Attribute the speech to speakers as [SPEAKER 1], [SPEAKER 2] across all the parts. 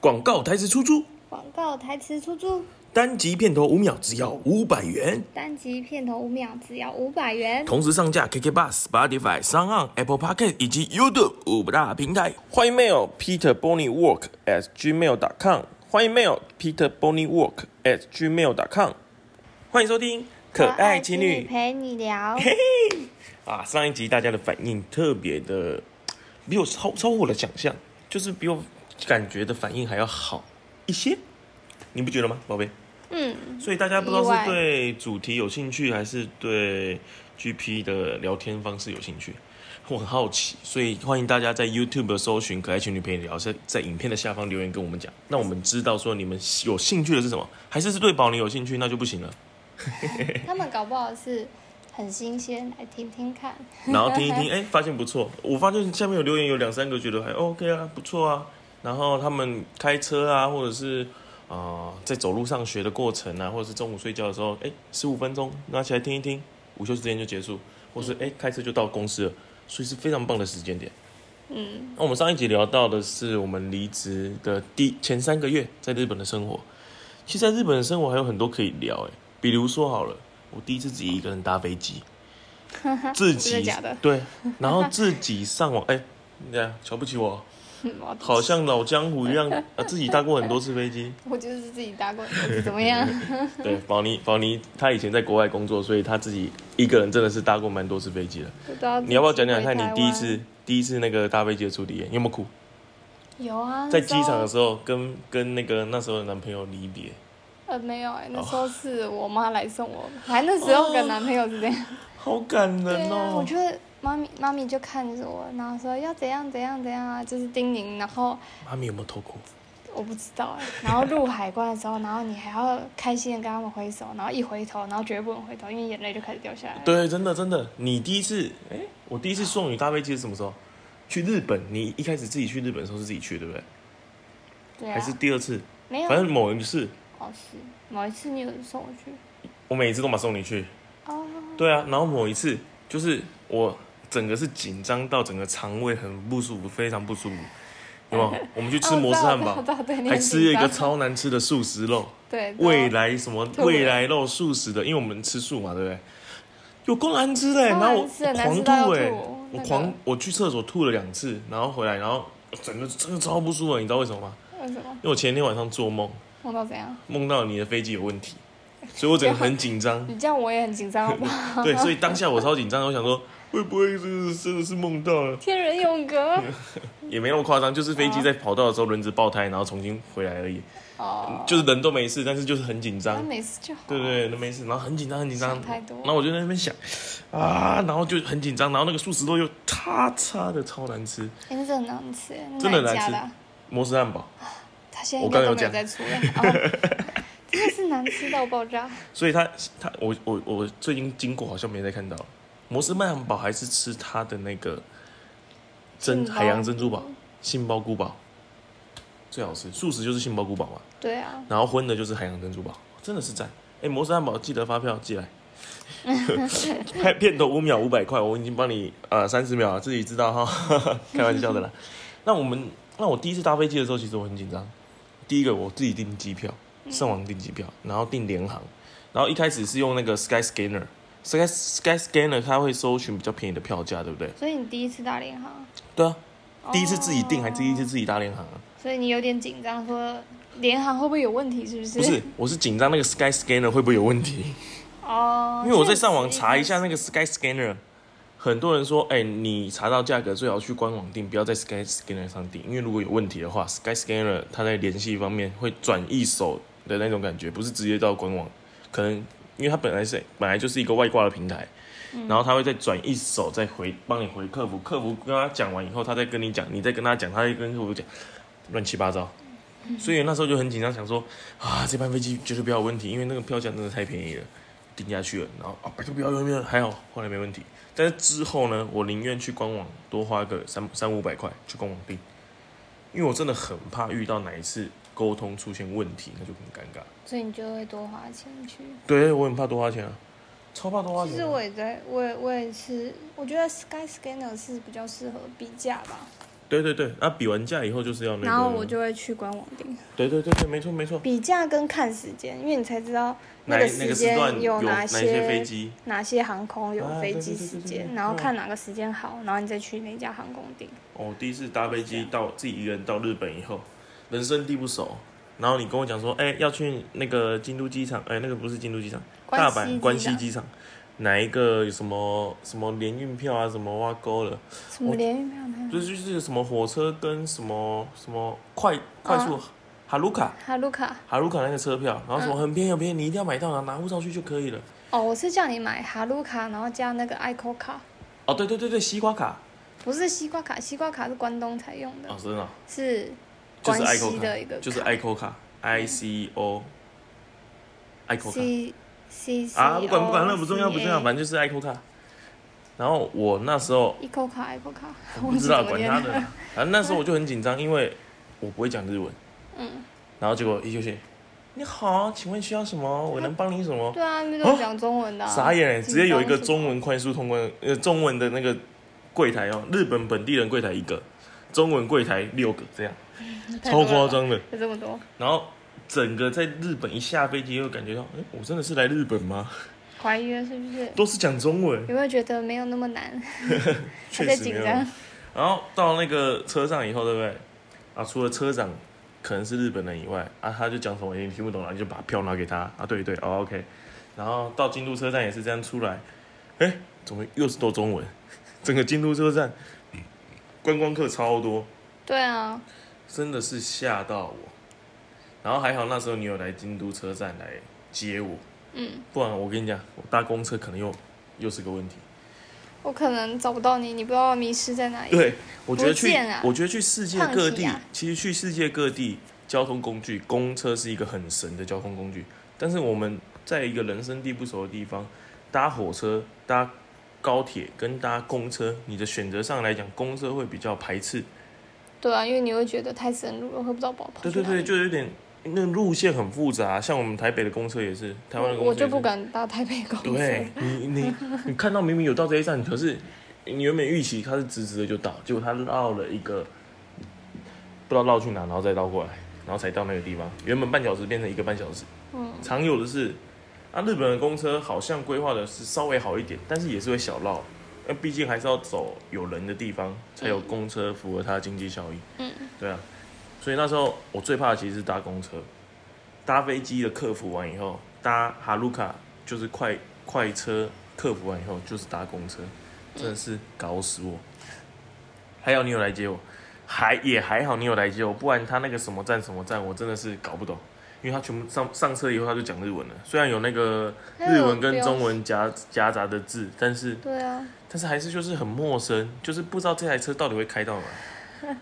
[SPEAKER 1] 广告台词出租，
[SPEAKER 2] 广告台词出租，
[SPEAKER 1] 单集片头五秒只要五百元，
[SPEAKER 2] 单集片头五秒只要五百元。
[SPEAKER 1] 同时上架 KK Bus、Spotify、s o n On、Apple Podcast 以及 YouTube 五大平台。欢迎 mail Peter Bonny Work at gmail.com，欢迎 mail Peter Bonny Work at gmail.com。欢迎收听可爱情侣
[SPEAKER 2] 陪 你聊，
[SPEAKER 1] 啊，上一集大家的反应特别的，比我超超乎我的想象，就是比我感觉的反应还要好一些，你不觉得吗，宝贝？
[SPEAKER 2] 嗯，
[SPEAKER 1] 所以大家不知道
[SPEAKER 2] 意外
[SPEAKER 1] 是对主题有兴趣，还是对 GP 的聊天方式有兴趣，我很好奇，所以欢迎大家在 YouTube 搜寻“可爱情侣陪你聊”，在在影片的下方留言跟我们讲，那我们知道说你们有兴趣的是什么，还是是对宝林有兴趣，那就不行了。
[SPEAKER 2] 他们搞不好是很新鲜，来听听看。
[SPEAKER 1] 然后听一听，哎、发现不错。我发现下面有留言有两三个觉得还 OK 啊，不错啊。然后他们开车啊，或者是啊、呃在走路上学的过程啊，或者是中午睡觉的时候，哎，十五分钟拿起来听一听，午休时间就结束，或是哎开车就到公司了，所以是非常棒的时间点。
[SPEAKER 2] 嗯，
[SPEAKER 1] 那我们上一集聊到的是我们离职的第前三个月在日本的生活。其实，在日本的生活还有很多可以聊诶，比如说好了，我第一次自己一个人搭飞 机，自己
[SPEAKER 2] 真的假的？
[SPEAKER 1] 对，然后自己上网哎，你这样瞧不起我，
[SPEAKER 2] 我
[SPEAKER 1] 好像老江湖一 样啊，自己搭过很多次飞机。
[SPEAKER 2] 我就是自己搭过，怎么 样？
[SPEAKER 1] 对，宝妮，宝妮她以前在国外工作，所以她自己一个人真的是搭过蛮多次飞机的。
[SPEAKER 2] 我都要自己
[SPEAKER 1] 你要不要讲讲
[SPEAKER 2] 回
[SPEAKER 1] 看你
[SPEAKER 2] 台
[SPEAKER 1] 第一
[SPEAKER 2] 湾？
[SPEAKER 1] 次第一次那个搭飞机的处理？你有没有哭？
[SPEAKER 2] 有啊，
[SPEAKER 1] 在
[SPEAKER 2] 那时
[SPEAKER 1] 机
[SPEAKER 2] 候
[SPEAKER 1] 场的时候，跟跟那个那时候的男朋友离别，
[SPEAKER 2] 呃，没有哎、
[SPEAKER 1] 哦
[SPEAKER 2] 那时候是我妈来送我，反正那时候跟男朋友 是这样。
[SPEAKER 1] 好感
[SPEAKER 2] 对
[SPEAKER 1] 人
[SPEAKER 2] 啊，
[SPEAKER 1] 哦
[SPEAKER 2] 我。觉得妈咪妈咪就看着我，然后说要怎样怎样怎样啊，就是叮咛。然后
[SPEAKER 1] 妈咪有没有偷哭？
[SPEAKER 2] 我不知道哎、然后入海关的时候，然后你还要开心的跟他们挥手，然后一回头，然后绝对不能回头，因为眼泪就开始掉下来。，
[SPEAKER 1] 对，真的真的，你第一次，哎、我第一次送你搭飞机是什么时候？去日本，你一开始自己去日本的时候是自己去，对不对？
[SPEAKER 2] 对啊
[SPEAKER 1] 还，是第二次？
[SPEAKER 2] 没有
[SPEAKER 1] 反，正某一次，
[SPEAKER 2] 哦是某一次你有送我去，
[SPEAKER 1] 我每一次都把送你去。
[SPEAKER 2] 哦
[SPEAKER 1] 对啊，然后某一次就是我整个是紧张到整个肠胃很不舒服，非常不舒服，有没 有？我们去吃
[SPEAKER 2] 哦我
[SPEAKER 1] 摩斯
[SPEAKER 2] 知道
[SPEAKER 1] 汉
[SPEAKER 2] 我知
[SPEAKER 1] 堡，
[SPEAKER 2] 道我知道对，你
[SPEAKER 1] 还
[SPEAKER 2] 很
[SPEAKER 1] 吃了一
[SPEAKER 2] 紧
[SPEAKER 1] 个
[SPEAKER 2] 张
[SPEAKER 1] 超难吃的素食肉。
[SPEAKER 2] 对
[SPEAKER 1] 未，来什么
[SPEAKER 2] 对
[SPEAKER 1] 未来肉素食的，因为我们吃素嘛，对不对？有够难吃的欸，然
[SPEAKER 2] 超
[SPEAKER 1] 后我
[SPEAKER 2] 难吃的难
[SPEAKER 1] 狂
[SPEAKER 2] 吃到要
[SPEAKER 1] 吐哎
[SPEAKER 2] 吐，
[SPEAKER 1] 我
[SPEAKER 2] 那个
[SPEAKER 1] 狂我去厕所吐了两次，然后回来，然后整个真的超不舒服的，你知道为什么吗？
[SPEAKER 2] 然后为什么
[SPEAKER 1] 因为我前天晚上做梦，
[SPEAKER 2] 梦到怎样？
[SPEAKER 1] 梦到你的飞机有问题，所以我整个很紧 张。
[SPEAKER 2] 你这样我也很紧张，好不 好？
[SPEAKER 1] 对，所以当下我超紧张，我想说会不会是真的是梦到了？
[SPEAKER 2] 天人永隔
[SPEAKER 1] 也没那么夸张，就是
[SPEAKER 2] 啊
[SPEAKER 1] 飞机在跑道的时候轮子爆胎，然后重新回来而已，
[SPEAKER 2] 哦，
[SPEAKER 1] 就是人都没事，但是就是很紧
[SPEAKER 2] 那
[SPEAKER 1] 张。
[SPEAKER 2] 没事就好。
[SPEAKER 1] 对对，那没事，然后很紧张，很紧张，
[SPEAKER 2] 想太多
[SPEAKER 1] 然后我就在那边想，啊，然后就很紧张，然后那个素食肉又叉叉的超难吃，
[SPEAKER 2] 哎、那真的很难吃，那
[SPEAKER 1] 真的
[SPEAKER 2] 哪
[SPEAKER 1] 难
[SPEAKER 2] 一家
[SPEAKER 1] 吃
[SPEAKER 2] 的啊
[SPEAKER 1] 摩斯汉堡，
[SPEAKER 2] 他现
[SPEAKER 1] 我
[SPEAKER 2] 在应该
[SPEAKER 1] 刚
[SPEAKER 2] 都
[SPEAKER 1] 有
[SPEAKER 2] 没
[SPEAKER 1] 讲
[SPEAKER 2] 有再出了，哦、真的是难吃到爆炸。
[SPEAKER 1] 所以他他我我我最近经过好像没再看到摩斯汉堡，还是吃它的那个珍
[SPEAKER 2] 杏鲍
[SPEAKER 1] 海洋珍珠堡、杏鲍菇堡最好吃，素食就是杏鲍菇堡嘛，
[SPEAKER 2] 对啊，
[SPEAKER 1] 然后荤的就是海洋珍珠堡，真的是赞。哎，摩斯汉堡记得发票寄来， 拍片头五秒五百块，我已经帮你呃三十秒了自己知道哈， 开玩笑的啦。那我们那我第一次搭飞机的时候，其实我很紧张。第一个我自己订机票，上网订机票，然后订联航，然后一开始是用那个 Skyscanner。Sky Sky Scanner 它会搜寻比较便宜的票价，对不对？
[SPEAKER 2] 所以你第一次打联航，
[SPEAKER 1] 对啊，第一次自己订，还第一
[SPEAKER 2] 哦，
[SPEAKER 1] 次自己搭联航啊。
[SPEAKER 2] 所以你有点紧张，说联航会不会有问题？是不是？
[SPEAKER 1] 不是，我是紧张那个 Sky Scanner 会不会有问题？
[SPEAKER 2] 哦，
[SPEAKER 1] 因为我在上网查一下那
[SPEAKER 2] 个，
[SPEAKER 1] 个 Sky Scanner，很多人说，哎、你查到价格最好去官网订，不要在 Sky Scanner 上订，因为如果有问题的话，Sky Scanner 它在联系方面会转一手的那种感觉，不是直接到官网，可能因为它本来是本来就是一个外挂的平台，然后他会再转一手再回帮你回客服，客服跟他讲完以后，他再跟你讲，你再跟他讲，他再跟客服讲，乱七八糟。所以那时候就很紧张，想说啊，这班飞机绝对不要有问题，因为那个票价真的太便宜了。定下去了，然后啊，拜托不要用面，还好后来没问题。但是之后呢，我宁愿去官网多花个三三五百块去官网订，因为我真的很怕遇到哪一次沟通出现问题，那就很尴尬。
[SPEAKER 2] 所以你就会多花钱去。
[SPEAKER 1] 对，我很怕多花钱啊，超怕多花钱、
[SPEAKER 2] 其
[SPEAKER 1] 啊。
[SPEAKER 2] 实我也在，我也我也是，我觉得 Sky Scanner 是比较适合比价吧，
[SPEAKER 1] 对对对，那、比完价以后就是要那个，
[SPEAKER 2] 然后我就会去官网订。
[SPEAKER 1] 对对对对，没错没错，
[SPEAKER 2] 比价跟看时间，因为你才知道
[SPEAKER 1] 哪
[SPEAKER 2] 个
[SPEAKER 1] 那
[SPEAKER 2] 时
[SPEAKER 1] 个时段
[SPEAKER 2] 间
[SPEAKER 1] 有
[SPEAKER 2] 哪
[SPEAKER 1] 哪些飞机？
[SPEAKER 2] 哪些航空有
[SPEAKER 1] 啊
[SPEAKER 2] 飞
[SPEAKER 1] 对
[SPEAKER 2] 机
[SPEAKER 1] 对对
[SPEAKER 2] 时
[SPEAKER 1] 对对
[SPEAKER 2] 间，
[SPEAKER 1] 对
[SPEAKER 2] 然后
[SPEAKER 1] 嗯
[SPEAKER 2] 看哪个时间好，然后你再去那家航空订。
[SPEAKER 1] 哦，第一次搭飞
[SPEAKER 2] 啊
[SPEAKER 1] 机到自己一个人到日本以后，人生地不熟，然后你跟我讲说，哎、要去那个京都机场，哎、那个不是京都机场，大阪关西
[SPEAKER 2] 机
[SPEAKER 1] 机场，哪一个有什么什么联运票啊，什么挖沟了，
[SPEAKER 2] 场什么联运票没有？
[SPEAKER 1] 就是就是什么火车跟什么什么快快
[SPEAKER 2] 嗯
[SPEAKER 1] 速哈鲁卡
[SPEAKER 2] 哈鲁卡
[SPEAKER 1] 哈鲁卡那个车票，然后什么很便宜很便宜，你一定要买到，然后拿护照去就可以了。
[SPEAKER 2] 哦，我是叫你买哈鲁卡，然后加那个 ICO 卡，
[SPEAKER 1] 哦，对对对对，西瓜卡，
[SPEAKER 2] 不是西瓜卡，西瓜卡是关东才用的
[SPEAKER 1] 哦，，真的哦、
[SPEAKER 2] 是
[SPEAKER 1] 就是
[SPEAKER 2] 嗯关
[SPEAKER 1] ICO
[SPEAKER 2] 西的一个
[SPEAKER 1] 卡，就是
[SPEAKER 2] 卡
[SPEAKER 1] ICO 卡，I C O，ICO 卡。
[SPEAKER 2] C C C
[SPEAKER 1] 啊，不管不管，那不重要不重要，反正就是 ICO 卡。然后我那时候
[SPEAKER 2] ICO 卡 ICO 卡，
[SPEAKER 1] 我不知道
[SPEAKER 2] 我怎么
[SPEAKER 1] 管
[SPEAKER 2] 念
[SPEAKER 1] 他的，反正那时候我就很紧张，因为我不会讲日文。
[SPEAKER 2] 嗯。
[SPEAKER 1] 然后结果一休息，你好，啊请问需要什么？我能帮你什么？
[SPEAKER 2] 对啊，那边都是讲中文的啊。
[SPEAKER 1] 哦傻眼欸，
[SPEAKER 2] 紧
[SPEAKER 1] 直接有一个
[SPEAKER 2] 张什么
[SPEAKER 1] 中文快速通关，呃，中文的那个柜台哦，日本本地人柜台一个，中文柜台六个，这样
[SPEAKER 2] 太多
[SPEAKER 1] 超
[SPEAKER 2] 了吧
[SPEAKER 1] 夸，张的。
[SPEAKER 2] 有这么多，
[SPEAKER 1] 然后整个在日本一下飞机，就感觉到，哎，我真的是来日本吗？
[SPEAKER 2] 怀疑了是不是？
[SPEAKER 1] 都是讲中文，
[SPEAKER 2] 有没有觉得没有那么难？还
[SPEAKER 1] 确
[SPEAKER 2] 在
[SPEAKER 1] 实
[SPEAKER 2] 紧
[SPEAKER 1] 没有
[SPEAKER 2] 张。
[SPEAKER 1] 然后到那个车上以后，对不对？啊，除了车长可能是日本人以外，啊，他就讲什么你听不懂，然后你就把票拿给他，啊，对对，哦，OK。然后到京都车站也是这样出来，哎，怎么又是都中文？ 整个京都车站观光客超多，
[SPEAKER 2] 对啊，
[SPEAKER 1] 真的是吓到我。然后还好那时候你有来京都车站来接我，
[SPEAKER 2] 嗯，
[SPEAKER 1] 不然我跟你讲，我搭公车可能又又是个问题。
[SPEAKER 2] 我可能找不到你，你不知道迷失在哪里。
[SPEAKER 1] 对，我觉得
[SPEAKER 2] 不
[SPEAKER 1] 去，
[SPEAKER 2] 见啊
[SPEAKER 1] 我觉得去世界各地，
[SPEAKER 2] 胖起啊
[SPEAKER 1] 其实去世界各地，交通工具，公车是一个很神的交通工具。但是我们在一个人生地不熟的地方，搭火车、搭高铁跟搭公车，你的选择上来讲，公车会比较排斥。
[SPEAKER 2] 对啊，因为你会觉得太深入了，会不知道跑跑
[SPEAKER 1] 对
[SPEAKER 2] 去
[SPEAKER 1] 对
[SPEAKER 2] 哪里
[SPEAKER 1] 对，就有点那个路线很复杂，啊像我们台北的公车也是，台湾的公车
[SPEAKER 2] 我就
[SPEAKER 1] 也是
[SPEAKER 2] 不敢搭台北公
[SPEAKER 1] 对
[SPEAKER 2] 司。
[SPEAKER 1] 你你你看到明明有到这一站，可是你原本预期它是直直的就到，结果它绕了一个不知道绕去哪，然后再绕过来，然后才到那个地方。原本半小时变成一个半小时。
[SPEAKER 2] 嗯，
[SPEAKER 1] 常有的是，啊，日本的公车好像规划的是稍微好一点，但是也是会小绕。那毕竟还是要走有人的地方，才有公车符合它的经济效益。
[SPEAKER 2] 嗯，
[SPEAKER 1] 对啊。所以那时候我最怕的其实是搭公车，搭飞机的客服完以后，搭哈鲁卡就是快快车客服完以后就是搭公车，真的是搞死我。还有你有来接我，还也还好你有来接我，不然他那个什么站什么站我真的是搞不懂，因为他全部上上车以后他就讲日文了，虽然有那个
[SPEAKER 2] 那
[SPEAKER 1] 日
[SPEAKER 2] 种
[SPEAKER 1] 文跟
[SPEAKER 2] 标
[SPEAKER 1] 中。文夹夹杂的字，但是
[SPEAKER 2] 对啊，
[SPEAKER 1] 但是还是就是很陌生，就是不知道这台车到底会开到哪。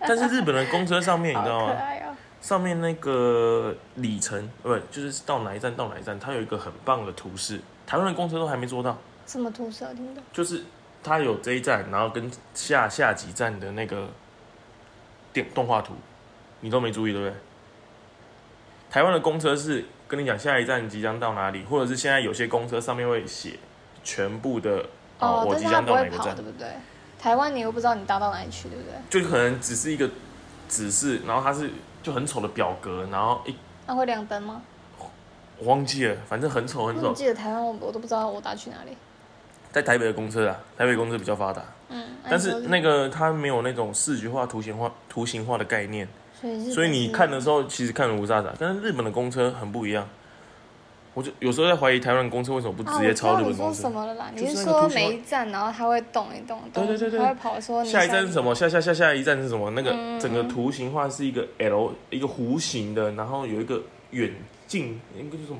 [SPEAKER 1] 但是日本的公车上面你
[SPEAKER 2] 好
[SPEAKER 1] 知道
[SPEAKER 2] 可
[SPEAKER 1] 吗？
[SPEAKER 2] 爱啊！
[SPEAKER 1] 上面那个里程，呃不就是到哪一站到哪一站，它有一个很棒的图示。台湾的公车都还没做到，
[SPEAKER 2] 什么涂色听不懂？
[SPEAKER 1] 就是它有这一站，然后跟下下几站的那个电动画图，你都没注意对不对？台湾的公车是跟你讲下一站即将到哪里，或者是现在有些公车上面会写全部的哦我
[SPEAKER 2] 但
[SPEAKER 1] 即
[SPEAKER 2] 是它
[SPEAKER 1] 将
[SPEAKER 2] 不
[SPEAKER 1] 到哪
[SPEAKER 2] 会
[SPEAKER 1] 个
[SPEAKER 2] 跑，
[SPEAKER 1] 站
[SPEAKER 2] 对，不对？台湾你又不知道你搭到哪里去，对不对？
[SPEAKER 1] 就可能只是一个指示，然后它是就很丑的表格，然后一
[SPEAKER 2] 那会亮灯吗？
[SPEAKER 1] 我忘记了，反正很丑很
[SPEAKER 2] 我
[SPEAKER 1] 丑
[SPEAKER 2] 怎么，记得台湾我我都不知道我搭去哪里。
[SPEAKER 1] 在台北的公车啊，台北公车比较发达，
[SPEAKER 2] 嗯，
[SPEAKER 1] 但是那个
[SPEAKER 2] 个，
[SPEAKER 1] 它没有那种视觉化、图形化、图形化的概念，
[SPEAKER 2] 所以日本
[SPEAKER 1] 所以你
[SPEAKER 2] 是
[SPEAKER 1] 看的时候其实看了无啥啥，但是日本的公车很不一样。我就有时候在怀疑台湾的公车为什么不直接
[SPEAKER 2] 啊、
[SPEAKER 1] 抄
[SPEAKER 2] 我
[SPEAKER 1] 日
[SPEAKER 2] 知
[SPEAKER 1] 本
[SPEAKER 2] 道你说
[SPEAKER 1] 公
[SPEAKER 2] 什
[SPEAKER 1] 车。
[SPEAKER 2] 么了啦？
[SPEAKER 1] 就是
[SPEAKER 2] 你
[SPEAKER 1] 那
[SPEAKER 2] 是
[SPEAKER 1] 个
[SPEAKER 2] 说
[SPEAKER 1] 图形化
[SPEAKER 2] 每一站，然后它会动一动动，
[SPEAKER 1] 对对对对
[SPEAKER 2] 它会跑说你
[SPEAKER 1] 下一站是什？么？下下下下一站是什么？那
[SPEAKER 2] 嗯
[SPEAKER 1] 个
[SPEAKER 2] 嗯
[SPEAKER 1] 整个图形化是一个 L 一个弧形的，然后有一个远近，那个叫什么？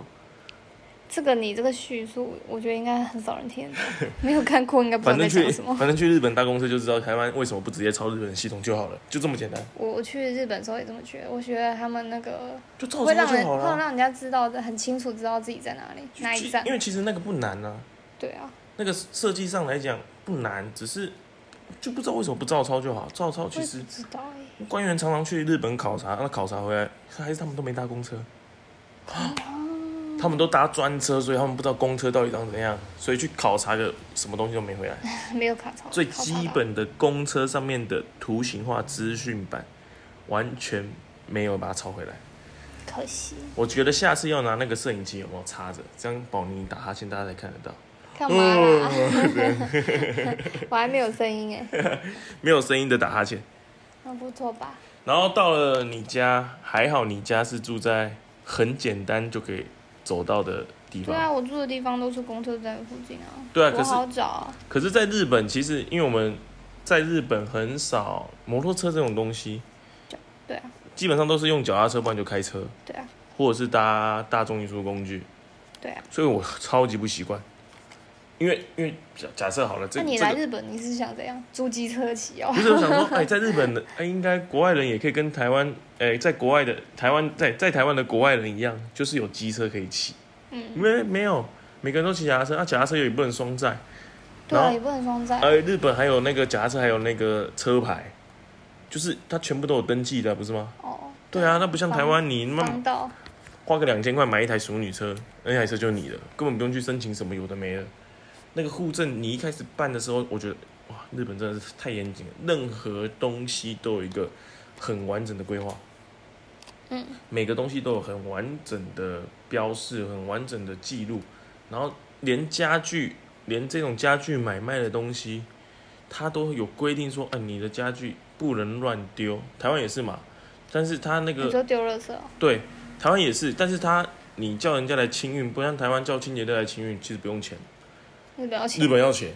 [SPEAKER 2] 这个你这个叙述，我觉得应该很少人听得 懂，没有看过应该不知
[SPEAKER 1] 反
[SPEAKER 2] 道在
[SPEAKER 1] 正去
[SPEAKER 2] 讲什么。
[SPEAKER 1] 反正去日本搭公车就知道台湾为什么不直接抄日本的系统就好了，就这么简单，
[SPEAKER 2] 我我去日本的时候也这么觉得，我觉得他们那个
[SPEAKER 1] 就照
[SPEAKER 2] 会
[SPEAKER 1] 抄
[SPEAKER 2] 让
[SPEAKER 1] 就
[SPEAKER 2] 人
[SPEAKER 1] 好
[SPEAKER 2] 会让
[SPEAKER 1] 了。
[SPEAKER 2] 人家知道的很清楚，知道自己在哪里
[SPEAKER 1] 就
[SPEAKER 2] 哪
[SPEAKER 1] 其
[SPEAKER 2] 一站
[SPEAKER 1] 因。为其实那个不难啊。
[SPEAKER 2] 对啊，
[SPEAKER 1] 那个设计上来讲不难，只是就不知道为什么不照抄就好。照抄
[SPEAKER 2] 我
[SPEAKER 1] 其
[SPEAKER 2] 也
[SPEAKER 1] 实
[SPEAKER 2] 不知道哎、
[SPEAKER 1] 官员常常去日本考察，那考察回来还是他们都没搭公车，
[SPEAKER 2] 啊
[SPEAKER 1] 他们都搭专车，所以他们不知道公车到底长怎样，所以去考察个什么东西都没回来。
[SPEAKER 2] 没有考察，
[SPEAKER 1] 最
[SPEAKER 2] 考察
[SPEAKER 1] 基
[SPEAKER 2] 到
[SPEAKER 1] 本的公车上面的图形化资讯版，完全没有把它抄回来。
[SPEAKER 2] 可惜，
[SPEAKER 1] 我觉得下次要拿那个摄影机有没有插着，这样宝妮打哈欠大家才看得到。
[SPEAKER 2] 干嘛啦？
[SPEAKER 1] 哦
[SPEAKER 2] 我还没有声音哎，
[SPEAKER 1] 没有声音的打哈欠。
[SPEAKER 2] 那不错吧？
[SPEAKER 1] 然后到了你家，还好你家是住在很简单就可以走到的地
[SPEAKER 2] 对
[SPEAKER 1] 方。
[SPEAKER 2] 啊，我住的地方都是公车站附近啊，
[SPEAKER 1] 对啊可
[SPEAKER 2] 多
[SPEAKER 1] 是
[SPEAKER 2] 好找啊。
[SPEAKER 1] 可是，在日本，其实因为我们在日本很少摩托车这种东西，
[SPEAKER 2] 对啊，
[SPEAKER 1] 基本上都是用脚踏车，不然就开车，
[SPEAKER 2] 对啊，
[SPEAKER 1] 或者是搭大众运输工具，
[SPEAKER 2] 对啊。
[SPEAKER 1] 所以我超级不习惯。因为因为假假设好了，这
[SPEAKER 2] 那啊你
[SPEAKER 1] 这
[SPEAKER 2] 来
[SPEAKER 1] 个
[SPEAKER 2] 日本，你是想怎样？租机车骑哦
[SPEAKER 1] 不？是我想说，哎，在日本的 哎，应该国外人也可以跟台湾哎，在国外的台湾在在台湾的国外人一样，就是有机车可以骑。
[SPEAKER 2] 嗯，
[SPEAKER 1] 没没有，每个人都骑脚踏车，那、啊、脚踏车也不能双载，
[SPEAKER 2] 对
[SPEAKER 1] 然
[SPEAKER 2] 啊，
[SPEAKER 1] 后
[SPEAKER 2] 也不能双载。
[SPEAKER 1] 而日本还有那个脚踏车还有那个车牌，就是它全部都有登记的，不是吗？
[SPEAKER 2] 哦，
[SPEAKER 1] 对啊，那不像台湾，你他妈
[SPEAKER 2] 防盗
[SPEAKER 1] 花个两千块买一台熟女车，那台车就你的，根本不用去申请什么有的没的。那个户证你一开始办的时候，我觉得哇，日本真的是太严谨了，任何东西都有一个很完整的规划。
[SPEAKER 2] 嗯，
[SPEAKER 1] 每个东西都有很完整的标示，很完整的记录，然后连家具，连这种家具买卖的东西，它都有规定说，哎、你的家具不能乱丢。台湾也是嘛，但是它那
[SPEAKER 2] 你
[SPEAKER 1] 个
[SPEAKER 2] 说丢垃圾哦，
[SPEAKER 1] 对，台湾也是，但是它你叫人家来清运，不像台湾叫清洁队来清运，其实不用钱，
[SPEAKER 2] 日本要
[SPEAKER 1] 日
[SPEAKER 2] 钱。
[SPEAKER 1] 本要钱。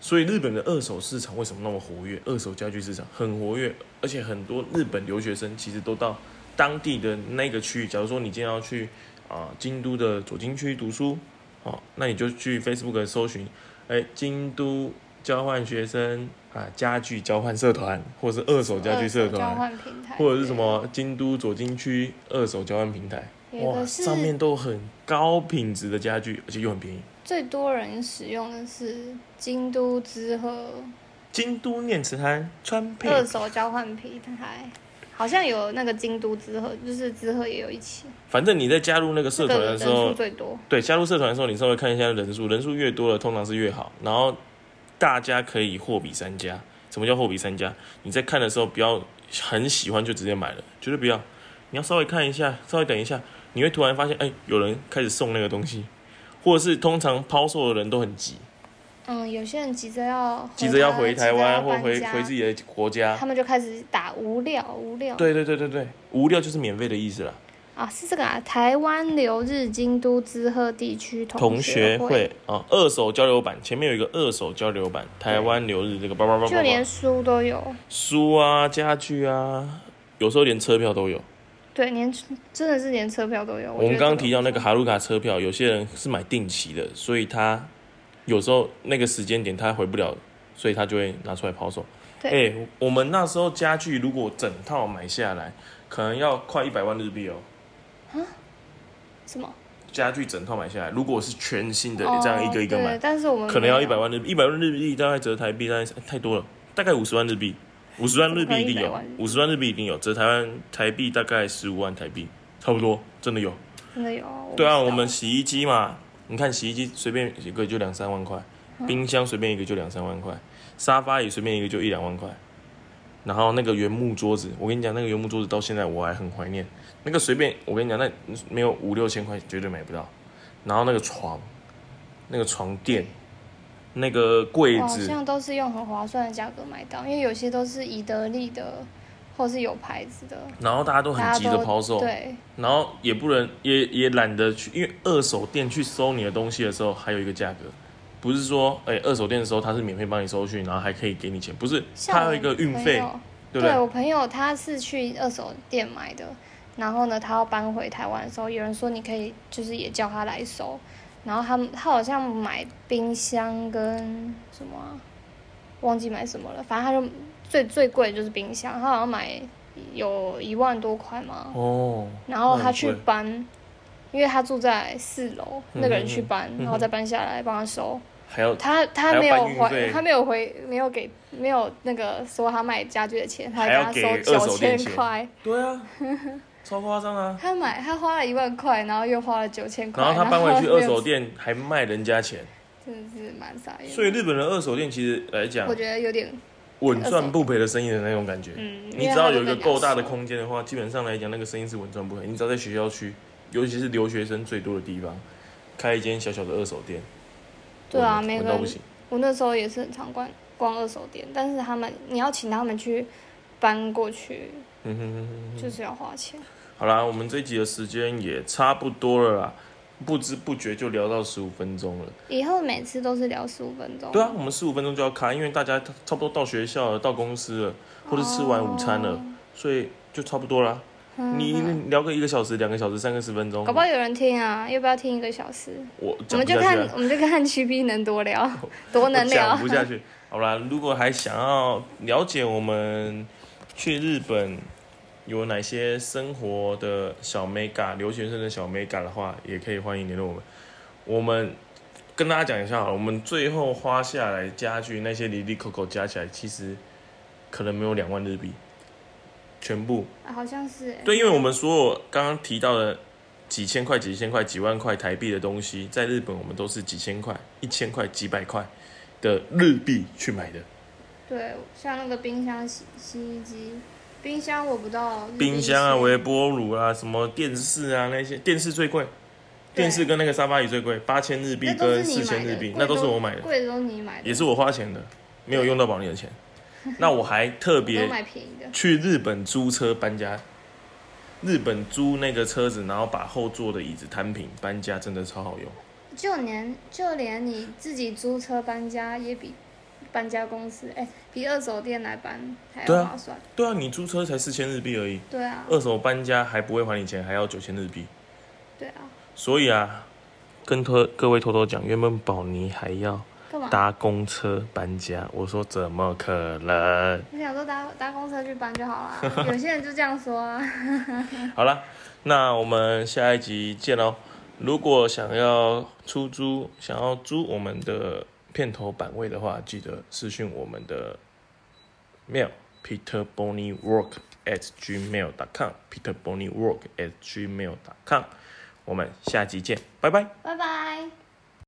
[SPEAKER 1] 所以日本的二手市场为什么那么活跃？二手家具市场很活跃，而且很多日本留学生其实都到当地的那个区域。假如说你今天要去啊、京都的左京区读书，哦，那你就去 Facebook 搜寻，哎，京都交换学生啊家具交换社团，或者是二手家具社
[SPEAKER 2] 二手交
[SPEAKER 1] 团，
[SPEAKER 2] 换平台，
[SPEAKER 1] 或者是什么京都左京区二手交换平台，
[SPEAKER 2] 对？有一
[SPEAKER 1] 哇，
[SPEAKER 2] 个是
[SPEAKER 1] 上面都很高品质的家具，而且又很便宜。
[SPEAKER 2] 最多人使用的是京都之和
[SPEAKER 1] 京都念慈庵川配
[SPEAKER 2] 二手交换平台，好像有那个京都之和，就是之和也有一起。
[SPEAKER 1] 反正你在加入那个社团
[SPEAKER 2] 这个
[SPEAKER 1] 的
[SPEAKER 2] 人
[SPEAKER 1] 时
[SPEAKER 2] 数
[SPEAKER 1] 候，
[SPEAKER 2] 最多，
[SPEAKER 1] 对，加入社团的时候，你稍微看一下人数，人数越多了，通常是越好。然后大家可以货比三家。什么叫货比三家？你在看的时候不要很喜欢就直接买了，绝对不要。你要稍微看一下，稍微等一下，你会突然发现，哎、有人开始送那个东西，或者是通常抛售的人都很急，
[SPEAKER 2] 嗯，有些人急着要
[SPEAKER 1] 急着要回
[SPEAKER 2] 家
[SPEAKER 1] 台湾
[SPEAKER 2] 急着
[SPEAKER 1] 或
[SPEAKER 2] 要
[SPEAKER 1] 回
[SPEAKER 2] 搬家
[SPEAKER 1] 回自己的国家
[SPEAKER 2] 他。们就开始打无料无料。
[SPEAKER 1] 对对对对对，无料就是免费的意思啦。
[SPEAKER 2] 啊，是这个啊，台湾留日京都滋贺地区
[SPEAKER 1] 同
[SPEAKER 2] 学
[SPEAKER 1] 学会啊，二手交流版前面有一个二手交流版，台湾留日这个叭叭叭
[SPEAKER 2] 就
[SPEAKER 1] 叭
[SPEAKER 2] 连
[SPEAKER 1] 叭，
[SPEAKER 2] 书都有，
[SPEAKER 1] 书啊、家具啊，有时候连车票都有。
[SPEAKER 2] 对，连真的是连车票都有。
[SPEAKER 1] 我们
[SPEAKER 2] 觉得
[SPEAKER 1] 刚刚
[SPEAKER 2] 这
[SPEAKER 1] 提到那个哈鲁卡车票，有些人是买定期的，所以他有时候那个时间点他回不了，所以他就会拿出来抛售。哎、
[SPEAKER 2] 对
[SPEAKER 1] 我们那时候家具如果整套买下来，可能要快一百万日币哦。
[SPEAKER 2] 什么
[SPEAKER 1] 家具整套买下来，如果是全新的这样一个一个
[SPEAKER 2] 哦
[SPEAKER 1] 买
[SPEAKER 2] 对，，但是我们
[SPEAKER 1] 可能要一百
[SPEAKER 2] 万
[SPEAKER 1] 万日币，一百万日币大概折台币大概是、哎太多了，大概五十万日币，五十万日币一定
[SPEAKER 2] 怎么可能100
[SPEAKER 1] 有
[SPEAKER 2] 万日，币
[SPEAKER 1] 五十万日币一定有，折台湾台币大概十五万台币，差不多，真的有。
[SPEAKER 2] 真的有。
[SPEAKER 1] 对啊，
[SPEAKER 2] 不知
[SPEAKER 1] 我
[SPEAKER 2] 道
[SPEAKER 1] 们洗衣机嘛，你看洗衣机随便一个就两三万块，冰箱随便一个就两三万块，沙发也随便一个就一两万块。然后那个原木桌子，我跟你讲，那个原木桌子到现在我还很怀念。那个随便，我跟你讲，那没有五六千块绝对买不到。然后那个床，那个床垫，那个柜
[SPEAKER 2] 我好
[SPEAKER 1] 子，
[SPEAKER 2] 哦像都是用很划算的价格买到，因为有些都是以得利的，或是有牌子的，
[SPEAKER 1] 然后大家都很
[SPEAKER 2] 大
[SPEAKER 1] 急
[SPEAKER 2] 家
[SPEAKER 1] 着
[SPEAKER 2] 都
[SPEAKER 1] 抛售，
[SPEAKER 2] 对，
[SPEAKER 1] 然后也不能也也懒得去，因为二手店去收你的东西的时候，还有一个价格，不是说哎、二手店的时候它是免费帮你收去，然后还可以给你钱，不是，
[SPEAKER 2] 像
[SPEAKER 1] 它有一个
[SPEAKER 2] 我
[SPEAKER 1] 运
[SPEAKER 2] 朋
[SPEAKER 1] 费，
[SPEAKER 2] 友
[SPEAKER 1] 对不
[SPEAKER 2] 对
[SPEAKER 1] 对？
[SPEAKER 2] 我朋友他是去二手店买的，然后呢，他要搬回台湾的时候，有人说你可以就是也叫他来收，然后他们他好像买冰箱跟什么、啊，忘记买什么了，反正他就最最贵的就是冰箱，他好像买有一万多块嘛，
[SPEAKER 1] 哦，
[SPEAKER 2] 然后
[SPEAKER 1] 那
[SPEAKER 2] 他
[SPEAKER 1] 很
[SPEAKER 2] 去
[SPEAKER 1] 贵
[SPEAKER 2] 搬。因为他住在四楼，
[SPEAKER 1] 嗯
[SPEAKER 2] 那个人去搬，然后再搬下来帮他收。
[SPEAKER 1] 还要
[SPEAKER 2] 他
[SPEAKER 1] 还
[SPEAKER 2] 他
[SPEAKER 1] 要
[SPEAKER 2] 没有
[SPEAKER 1] 搬运费
[SPEAKER 2] 还，他没有回，没有给，没有那个说他卖家具的钱，他
[SPEAKER 1] 还
[SPEAKER 2] 跟
[SPEAKER 1] 要
[SPEAKER 2] 他
[SPEAKER 1] 给
[SPEAKER 2] 收
[SPEAKER 1] 二
[SPEAKER 2] 九
[SPEAKER 1] 手店
[SPEAKER 2] 千
[SPEAKER 1] 钱
[SPEAKER 2] 块，
[SPEAKER 1] 对啊，超夸张啊！
[SPEAKER 2] 他买他花了一万块，然后又花了九千块，
[SPEAKER 1] 然后他搬回去
[SPEAKER 2] 然后
[SPEAKER 1] 二
[SPEAKER 2] 没有
[SPEAKER 1] 手，店还卖人家钱，
[SPEAKER 2] 真的是蛮傻眼的。
[SPEAKER 1] 所以日本人二手店其实来讲
[SPEAKER 2] 我觉得有点，
[SPEAKER 1] 稳赚不赔的生意的那种感觉。
[SPEAKER 2] 嗯，
[SPEAKER 1] 你只要有一个够大的空间的话，基本上来讲那个生意是稳赚不赔。你只要在学校区，尤其是留学生最多的地方，开一间小小的二手店，
[SPEAKER 2] 对啊
[SPEAKER 1] 稳
[SPEAKER 2] 每个
[SPEAKER 1] 稳到不行。
[SPEAKER 2] 我那时候也是很常逛逛二手店，但是他们你要请他们去搬过去，
[SPEAKER 1] 嗯哼哼哼哼。
[SPEAKER 2] 就是要花钱。
[SPEAKER 1] 好啦，我们这一集的时间也差不多了啦，不知不觉就聊到十五分钟了。
[SPEAKER 2] 以后每次都是聊十五分钟。
[SPEAKER 1] 对啊，我们十五分钟就要开，因为大家差不多到学校了，到公司了，或者吃完午餐了，所以就差不多啦。
[SPEAKER 2] 哦嗯，
[SPEAKER 1] 你你聊个一个小时、两个小时、三个十分钟，
[SPEAKER 2] 哦搞不好有人听啊，要不要听一个小时？
[SPEAKER 1] 我
[SPEAKER 2] 我
[SPEAKER 1] 讲
[SPEAKER 2] 们
[SPEAKER 1] 不
[SPEAKER 2] 就
[SPEAKER 1] 下去啊
[SPEAKER 2] 看
[SPEAKER 1] 了，
[SPEAKER 2] 我们就看 G P 能多聊， 多能
[SPEAKER 1] 我
[SPEAKER 2] 聊
[SPEAKER 1] 讲。不下去。好啦，如果还想要了解我们去日本有哪些生活的小 mega 留学生的小 mega 的话，也可以欢迎联络我们。我们跟大家讲一下好了，我们最后花下来家具那些离离扣扣加起来，其实可能没有两万日币，全部
[SPEAKER 2] 啊好像是欸。
[SPEAKER 1] 对，因为我们所有刚刚提到的几千块、几千块、几万块台币的东西，在日本我们都是几千块、一千块、几百块的日币去买的。
[SPEAKER 2] 对，像那个冰箱、洗洗衣机，冰箱我不到。
[SPEAKER 1] 冰箱啊、微波炉啊、什么电视啊那些，电视最贵，电视跟那个沙发椅最贵，八千日币
[SPEAKER 2] 那都是
[SPEAKER 1] 跟
[SPEAKER 2] 你
[SPEAKER 1] 四千
[SPEAKER 2] 买的
[SPEAKER 1] 日币，
[SPEAKER 2] 贵
[SPEAKER 1] 那都是我买的，
[SPEAKER 2] 贵的都是你买的，
[SPEAKER 1] 也是我花钱的，没有用到宝利的 钱。那我还特
[SPEAKER 2] 我都
[SPEAKER 1] 别
[SPEAKER 2] 买便宜的。
[SPEAKER 1] 去日本租车搬家，日本租那个车子，然后把后座的椅子摊平搬家，真的超好用。
[SPEAKER 2] 就连就连你自己租车搬家也比搬家公司哎、比二手店来搬还
[SPEAKER 1] 对啊
[SPEAKER 2] 要划算。
[SPEAKER 1] 对啊，你租车才四千日币而已，
[SPEAKER 2] 对啊，
[SPEAKER 1] 二手搬家还不会还你钱，还要九千日币。
[SPEAKER 2] 对啊，
[SPEAKER 1] 所以啊，跟偷各位偷偷讲，原本宝妮还要
[SPEAKER 2] 干嘛？
[SPEAKER 1] 搭公车搬家，我说怎么可能？
[SPEAKER 2] 你想说搭搭公车去搬就好啦，有些人就这样说啊。
[SPEAKER 1] 好啦，那我们下一集见喽。如果想要出租，想要租我们的片头版位的话，记得私讯我们的 mail peter bonny work at gmail com peter bonny work at gmail com。我们下集见，拜拜。
[SPEAKER 2] 拜拜。